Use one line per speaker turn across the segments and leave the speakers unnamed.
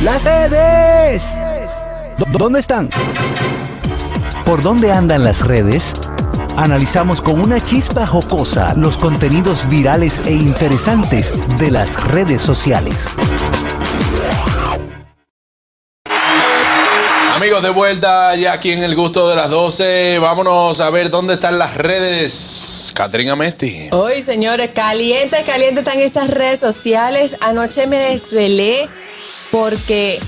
Las redes. ¿Dó- ¿Dónde están? ¿Por dónde andan las redes? Analizamos con una chispa jocosa los contenidos virales e interesantes de las redes sociales.
Amigos, de vuelta ya aquí en el gusto de las 12. Vámonos a ver dónde están las redes. Catrina Mesti.
Hoy, señores, calientes, calientes están esas redes sociales. Anoche me desvelé porque,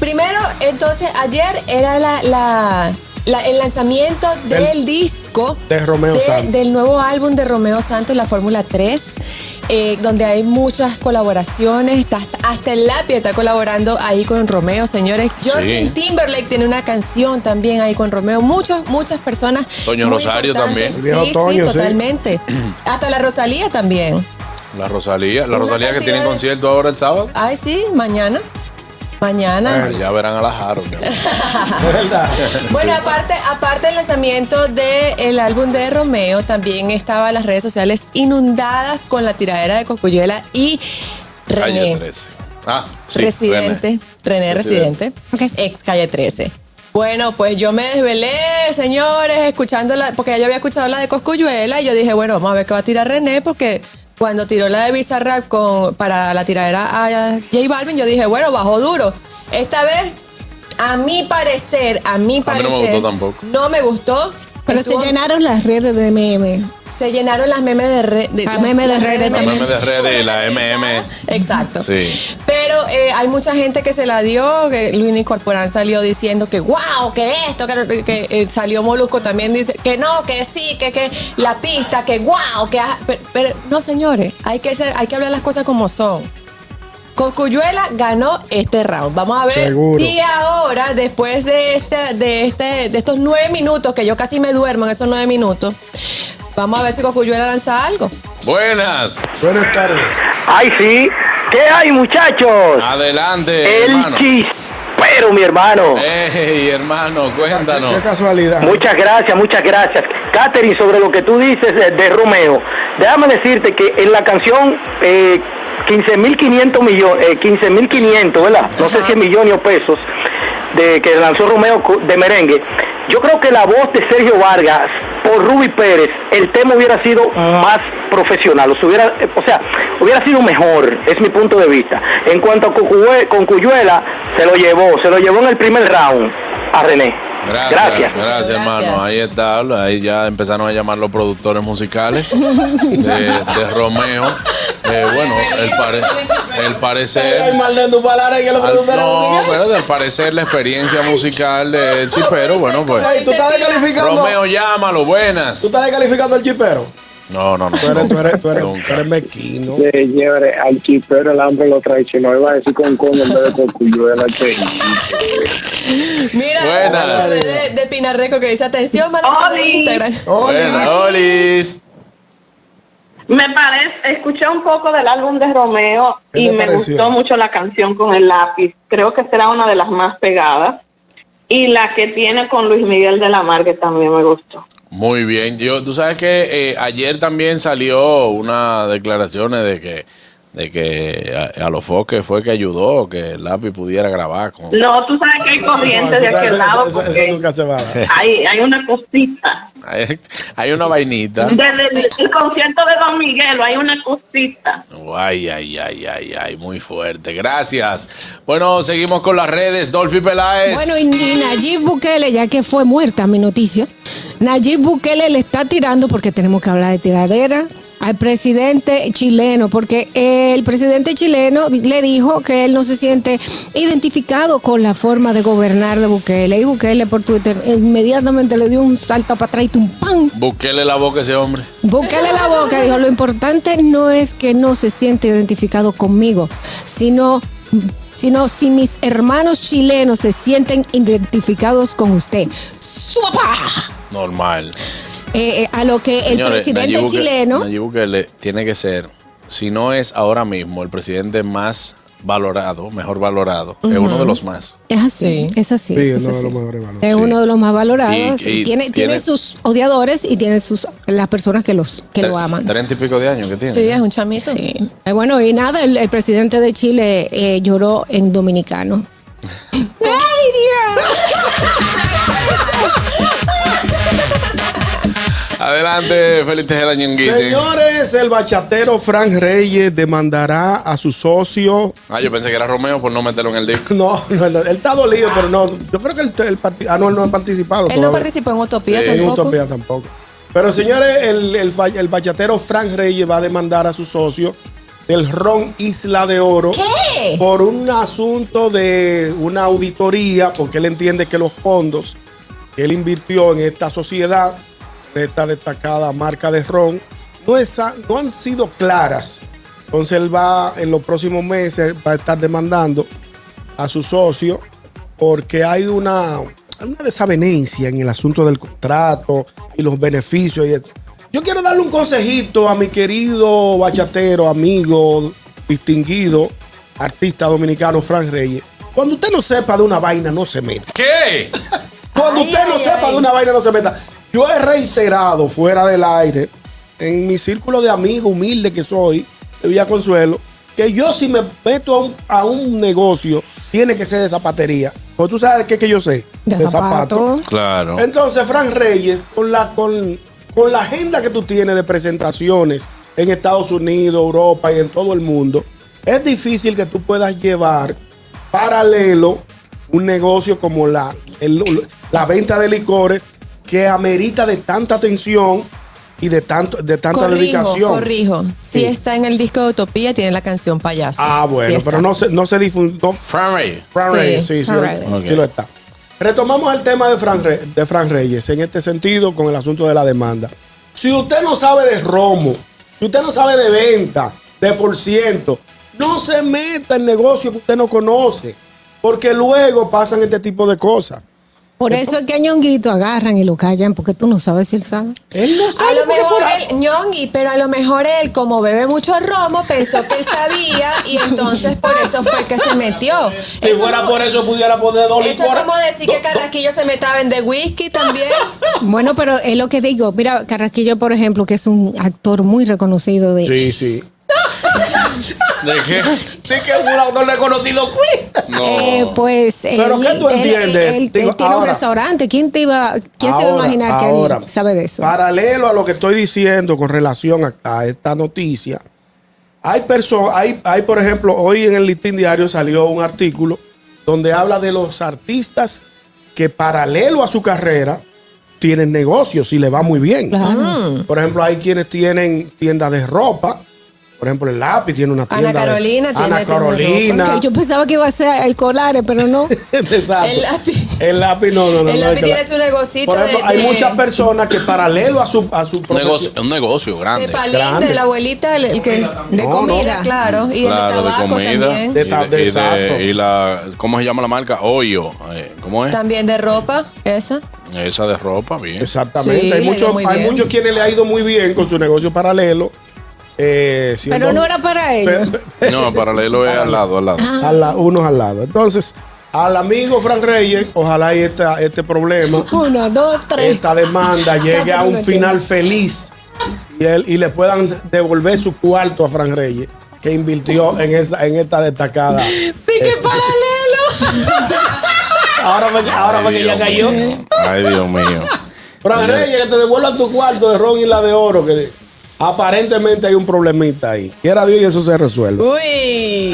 primero, entonces, ayer era la, la- la- el lanzamiento del, disco
de Romeo Santos.
del nuevo álbum de Romeo Santos, La Fórmula 3. eh, donde hay muchas colaboraciones, está- hasta el lápiz está colaborando ahí con Romeo, señores. Justin Timberlake tiene una canción también ahí con Romeo. Muchas, muchas personas.
Toño
muy
Rosario
importantes.
también.
El
Sí,
viejo
sí,
Toño, sí.
totalmente. Hasta la Rosalía también.
La Rosalía. La
Una
Rosalía que
cantidad
tiene
de-
concierto ahora el sábado.
Ay, sí, mañana. Mañana.
Ay.
Ya verán a la Harold.
¿Verdad?
Bueno, aparte, aparte del lanzamiento del álbum de Romeo, también estaban las redes sociales inundadas con la tiradera de Cocuyuela y
Calle
René.
13. Ah, sí.
Residente. René, Residente. Ex Calle 13. Bueno, pues yo me desvelé, señores, escuchando la, porque ya yo había escuchado la de Coscuyuela y yo dije, bueno, vamos a ver qué va a tirar René, porque cuando tiró la de Bizarrap con, para la tiradera a J Balvin, yo dije, bueno, bajó duro. Esta vez, a mi parecer, a
A
mi
mí
parecer.
no me gustó tampoco.
No me gustó.
Pero
Estuvo-
se llenaron las redes de meme.
se llenaron las memes de, re- de,
Ah, memes de
las
redes
redes
también.
Las memes de redes, la MM.
Exacto.
Sí.
Pero eh, hay mucha gente que se la dio. Que Luis Corporán salió diciendo que wow, que esto, que, no- que, eh, salió Molusco también dice que no, que sí, que, que la pista, que wow, que. ah", Pero, pero no, señores, hay que, ser, hay que hablar las cosas como son. Cocuyuela ganó este round. Vamos a ver
Seguro.
si ahora, después de este, de este, de estos nueve minutos, que yo casi me duermo en esos nueve minutos, vamos a ver si Cocuyuela lanza algo.
Buenas.
Buenas tardes.
Ay, sí. ¿Qué hay, muchachos?
Adelante,
El
hermano.
chispero, mi hermano.
Ey, hermano,
Qué
cuéntanos.
casualidad.
Muchas gracias, muchas gracias. Catherine, sobre lo que tú dices de, de Romeo, déjame decirte que en la canción eh, 15.500 millones, 15.500, ¿verdad? No sé si es millones o pesos, de que lanzó Romeo cu- de merengue. Yo creo que la voz de Sergio Vargas por Ruby Pérez, el tema hubiera sido más profesional, o, sea, hubiera, eh, o sea, hubiera sido mejor, es mi punto de vista. En cuanto a Cucue- con Cuyuela, se lo llevó, se lo llevó en el primer round a René.
Gracias, gracias,
Gracias.
hermano.
Gracias.
Ahí está, ahí ya empezaron a llamar los productores musicales de, de Romeo. Eh, bueno, el, pare- el parecer.
mal de tu palabra que lo
al-
preguntaron.
no, pero al parecer la experiencia musical de Chipero, bueno, pues.
Ey, tú estás descalificando.
Romeo, llámalo, buenas.
Tú estás descalificando al chipero.
No, no, no.
Tú eres, tú eres, tú eres,
Nunca.
tú eres mezquino.
Señores, al chipero el hambre lo traicionó. Iba a decir con con en vez de con cuyuela. che.
Mira,
Buenas.
de, de Pinarreco que dice atención, mano, en Instagram.
Oh,
Buenas, Olis.
Me parece, escuché un poco del álbum de Romeo
¿Qué
y
te
me
pareció?
gustó mucho la canción con el lápiz. Creo que será una de las más pegadas. Y la que tiene con Luis Miguel de la Mar, que también me gustó.
Muy bien. Yo, tú sabes que eh, ayer también salió una declaraciones de que de que a, a los foques fue que ayudó que el lápiz pudiera grabar con
No, tú sabes que hay corrientes de
eso-
aquel
eso-
lado
eso- eso
porque
nunca se va a dar.
hay, hay una cosita.
hay, hay una
¿Ah?
vainita.
Desde el, el concierto de Don Miguel hay una cosita.
Ay, ay, ay, ay, ay, muy fuerte. Gracias. Bueno, seguimos con las redes. Dolphy Peláez.
Bueno, y, y Nayib Bukele, ya que fue muerta mi noticia, Nayib Bukele le está tirando, porque tenemos que hablar de tiradera, al presidente chileno, porque el presidente chileno le dijo que él no se siente identificado con la forma de gobernar de Bukele. Y Bukele por Twitter inmediatamente le dio un salto para atrás y un pan.
Busquéle la boca a ese hombre.
Búscale la boca, dijo, lo importante no es que no se siente identificado conmigo, sino, sino si mis hermanos chilenos se sienten identificados con usted. ¡Suapa!
Normal.
Eh, eh, a lo que el
Señores,
presidente
Nayib Bukele-
chileno...
Nayib Bukele tiene que ser, si no es ahora mismo el presidente más valorado, mejor valorado, es uno de los más.
Es así,
Sí.
es así.
Sí,
es
uno de
así.
los mejores valores.
Es
Sí.
uno de los más valorados.
Y- y
tiene, tiene
tiene-
sus odiadores y tiene sus las personas que los que lo
Tre-
aman.
Treinta y pico de años que tiene.
Sí, es un chamito.
Sí. Eh, Bueno, y nada, el, el presidente de Chile eh, lloró en dominicano.
Adelante, Félix Tejeda Ñonguite.
Señores, el bachatero Frank Reyes demandará a su socio.
Ah, yo pensé que era Romeo por no meterlo en el disco.
No, no, no, él está dolido, pero no. Yo creo que él, él parti- ah, no, él no ha participado.
Él no
todavía.
participó en Utopía
Sí,
En
tampoco.
Eh, Utopía tampoco. Pero señores, el, el, fa- el bachatero Frank Reyes va a demandar a su socio del Ron Isla de Oro
¿Qué?
por un asunto de una auditoría, porque él entiende que los fondos que él invirtió en esta sociedad, de esta destacada marca de Ron, no, es- no han sido claras. Entonces él va en los próximos meses, va a estar demandando a su socio porque hay una, hay una desavenencia en el asunto del contrato y los beneficios y esto. Yo quiero darle un consejito a mi querido bachatero, amigo, distinguido, artista dominicano Frank Reyes. Cuando usted no sepa de una vaina, no se meta.
¿Qué?
Cuando
Ay,
usted no
ay,
sepa
ay.
de una vaina, no se meta. Yo he reiterado fuera del aire, en mi círculo de amigos humilde que soy, de Villa Consuelo, que yo si me meto a un, a un negocio, tiene que ser de zapatería. Pues tú sabes qué que yo sé.
De, zapato.
Claro.
Entonces, Frank Reyes, con la, con, con la agenda que tú tienes de presentaciones en Estados Unidos, Europa y en todo el mundo, es difícil que tú puedas llevar paralelo un negocio como la, el- la venta de licores que amerita de tanta atención y de, tanto, de tanta dedicación.
corrijo. Si
Sí.
está en el disco de Utopía, tiene la canción Payaso.
Ah, bueno,
Sí
pero
está.
no se, no se difundió.
Fran Reyes.
Frank
Sí,
Reyes, sí, sí,
Frank
sí,
Reyes.
sí lo está. Retomamos el tema de Frank, Re- de Frank Reyes en este sentido con el asunto de la demanda. Si usted no sabe de romo, si usted no sabe de venta, de por ciento, no se meta en negocio que usted no conoce, porque luego pasan este tipo de cosas.
Por eso es que a Ñonguito agarran y lo callan, porque tú no sabes si él sabe.
Él no
A
sabe
lo
porque
mejor
por ahí-
él, ñongui, pero a lo mejor él, como bebe mucho romo, pensó que él sabía y entonces por eso fue que se metió.
Si
Eso
fuera
no-
por eso pudiera poner dos
Eso es
licores.
como decir que Carrasquillo se metaba a vender whisky también.
Bueno, pero es lo que digo. Mira, Carrasquillo, por ejemplo, que es un actor muy reconocido de.
Sí, sí.
¿De qué?
Sí que es un autor reconocido.
No.
Eh, pues él,
Pero ¿qué tú
él-
entiendes?
él- él- él
Digo,
tiene un
ahora.
restaurante. ¿Quién te iba, quién se va a
Ahora,
imaginar que
ahora,
él sabe de eso?
Paralelo a lo que estoy diciendo con relación a, a esta noticia, hay personas, hay, hay, por ejemplo, hoy en el Listín Diario salió un artículo donde habla de los artistas que paralelo a su carrera tienen negocios y le va muy bien.
Claro.
Por ejemplo, hay quienes tienen tiendas de ropa. Por ejemplo, el lápiz tiene una
Ana
tienda. de-
Carolina tiene
Ana
tienda de ropa.
Carolina.
Porque yo pensaba que iba a ser el colare, pero no.
Exacto.
El lápiz.
El lápiz no, no, no.
El
no,
lápiz
es que
tiene
la-
su negocito
Por ejemplo,
de-
hay
de-
muchas personas que paralelo a su, a su
Un
profesión-
negocio, un negocio grande.
De palín,
Grande.
de la abuelita, el, el que.
De
No,
comida.
Claro, y el
Claro, de
tabaco
comida.
también.
De
y
ta- de
y
exacto.
y la, ¿Cómo se llama la marca? Hoyo. Eh, ¿Cómo es?
También de ropa, esa.
Esa de ropa, bien.
Exactamente.
Sí,
hay
le
muchos,
dio muy
hay
bien.
muchos quienes le ha ido muy bien con su negocio paralelo. eh, siendo-
Pero no era para ellos.
Pe- pe-
No, paralelo es al lado, al lado.
al la- unos al lado. Entonces, al amigo Frank Reyes, ojalá y esta- este problema,
Uno,
eh,
dos, tres.
esta demanda llegue a
Cada
un
uno
final
tiene.
feliz y, él, y le puedan devolver su cuarto a Frank Reyes, que invirtió en, esa, en esta destacada. Eh,
¡Pique paralelo!
Ahora fue que- ahora fue
Ay,
que ya
Dios
cayó.
mío. Ay, Dios mío.
Fran Reyes, que te devuelvan tu cuarto de ron y la de oro, que aparentemente hay un problemita ahí. Quiera Dios y eso se resuelve.
Uy.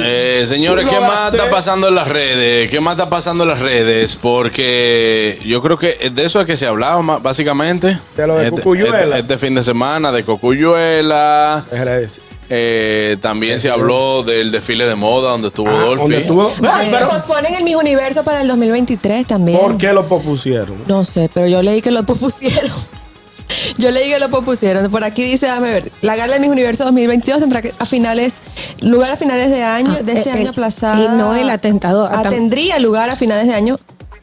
Eh, señores,
Tú
¿qué
lo
más
daste.
está pasando en las redes? ¿Qué más está pasando en las redes? Porque yo creo que de eso es que se hablaba ma- básicamente.
De lo de
este,
Cocuyuela.
este- este fin de semana, de Cocuyuela.
Déjale decir.
Eh, también se habló del desfile de moda donde estuvo Dolphy.
Ah, ¿Dónde estuvo?
Ay,
Ay, pero,
posponen el Miss Universo para el 2023 también.
¿Por qué lo propusieron?
No sé, pero yo leí que lo propusieron. Yo leí que lo propusieron. Por aquí dice, déjame ver, la gala de Miss Universo 2022 tendrá que- a finales, lugar a finales de año,
Ah,
de este
eh,
año
eh,
aplazada.
y no el atentado,
Ah,
atam-
Tendría lugar a finales de año,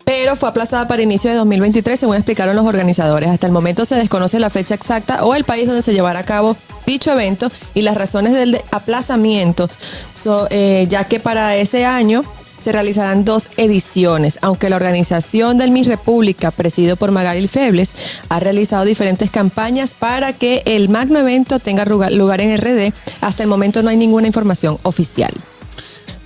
pero fue aplazada para inicio de 2023, según explicaron los organizadores. Hasta el momento se desconoce la fecha exacta o el país donde se llevará a cabo dicho evento y las razones del de- aplazamiento, So, eh, ya que para ese año se realizarán dos ediciones, aunque la organización del Miss República, presidido por Magali Febles, ha realizado diferentes campañas para que el magno evento tenga ruga- lugar en RD. Hasta el momento no hay ninguna información oficial.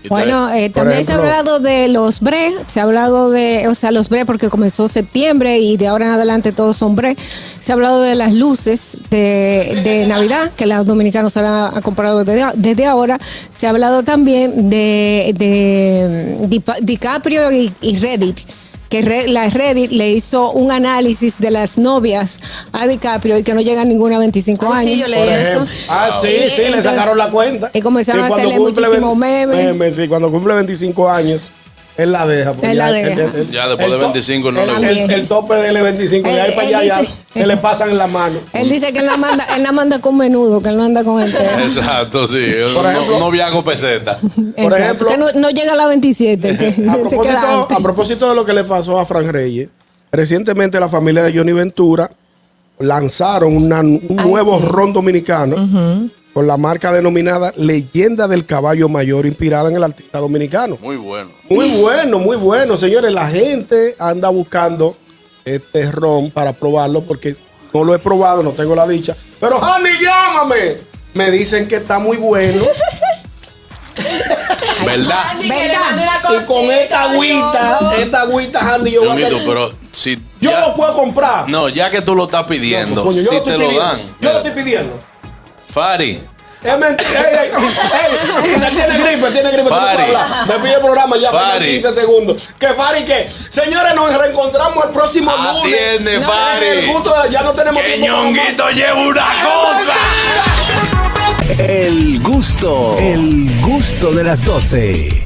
Bueno, eh,
Por
también se ha
ejemplo-
hablado de los bre, se ha hablado de, o sea, los bre porque comenzó septiembre y de ahora en adelante todos son bre. Se ha hablado de las luces de, de Navidad que los dominicanos han, han comprado desde, desde ahora. Se ha hablado también de, de, mm, Dipa- DiCaprio y, y Reddit. Que Re- la Reddit le hizo un análisis de las novias a DiCaprio y que no llega a ninguna 25
Ay,
años.
sí, yo leí eso.
Ah, sí,
Eh,
sí, le
entonces-
sacaron la cuenta.
Y comenzaron
Sí,
a
cuando
hacerle
cumple
muchísimos
20
memes.
sí, cuando cumple 25 años, él la deja. porque
Él la
ya-
deja.
Ya después de
to-
25 no
el-
le
gusta.
el, el tope de él es 25,
Él-
de ahí para
él
allá ya
dice-
se le pasan en la mano.
Él dice que él no manda, él no manda con menudo, que él no anda con este entero.
Exacto, sí.
Por
un,
ejemplo-
un noviazgo peseta.
Por
ejemplo-
que no, no llega a la 27, que
A
se queda
propósito,
antes.
a propósito de lo que le pasó a Fran Reyes, recientemente la familia de Johnny Ventura lanzaron una- un
Ay,
nuevo
sí.
ron dominicano con la marca denominada Leyenda del Caballo Mayor, inspirada en el artista dominicano.
Muy bueno.
Muy bueno, muy bueno, señores. La gente anda buscando este ron para probarlo porque no lo he probado, no tengo la dicha. Pero, Jani, llámame. Me dicen que está muy bueno.
¿Verdad?
y con esta agüita, esta agüita, Handy, yo voy a
Ñonguito,
tener-
pero si.
Yo
ya-
lo puedo comprar.
No, ya que tú lo estás
No,
pidiendo,
coño, yo
si
lo
te
estoy
lo
pidiendo.
dan.
Yo lo estoy pidiendo.
Fari,
Es mentira. Ey, ey, ey, él tiene gripe, él tiene gripe. tú no
Fari.
puedes hablar. Me pide el programa ya faltan
Fari.
15 segundos. Que Fari, que señores, nos reencontramos el próximo
atiende,
lunes.
Fari.
El gusto de- ya no tenemos
Que
tiempo. para más.
Ñonguito lleva una cosa.
El gusto, el gusto de las 12.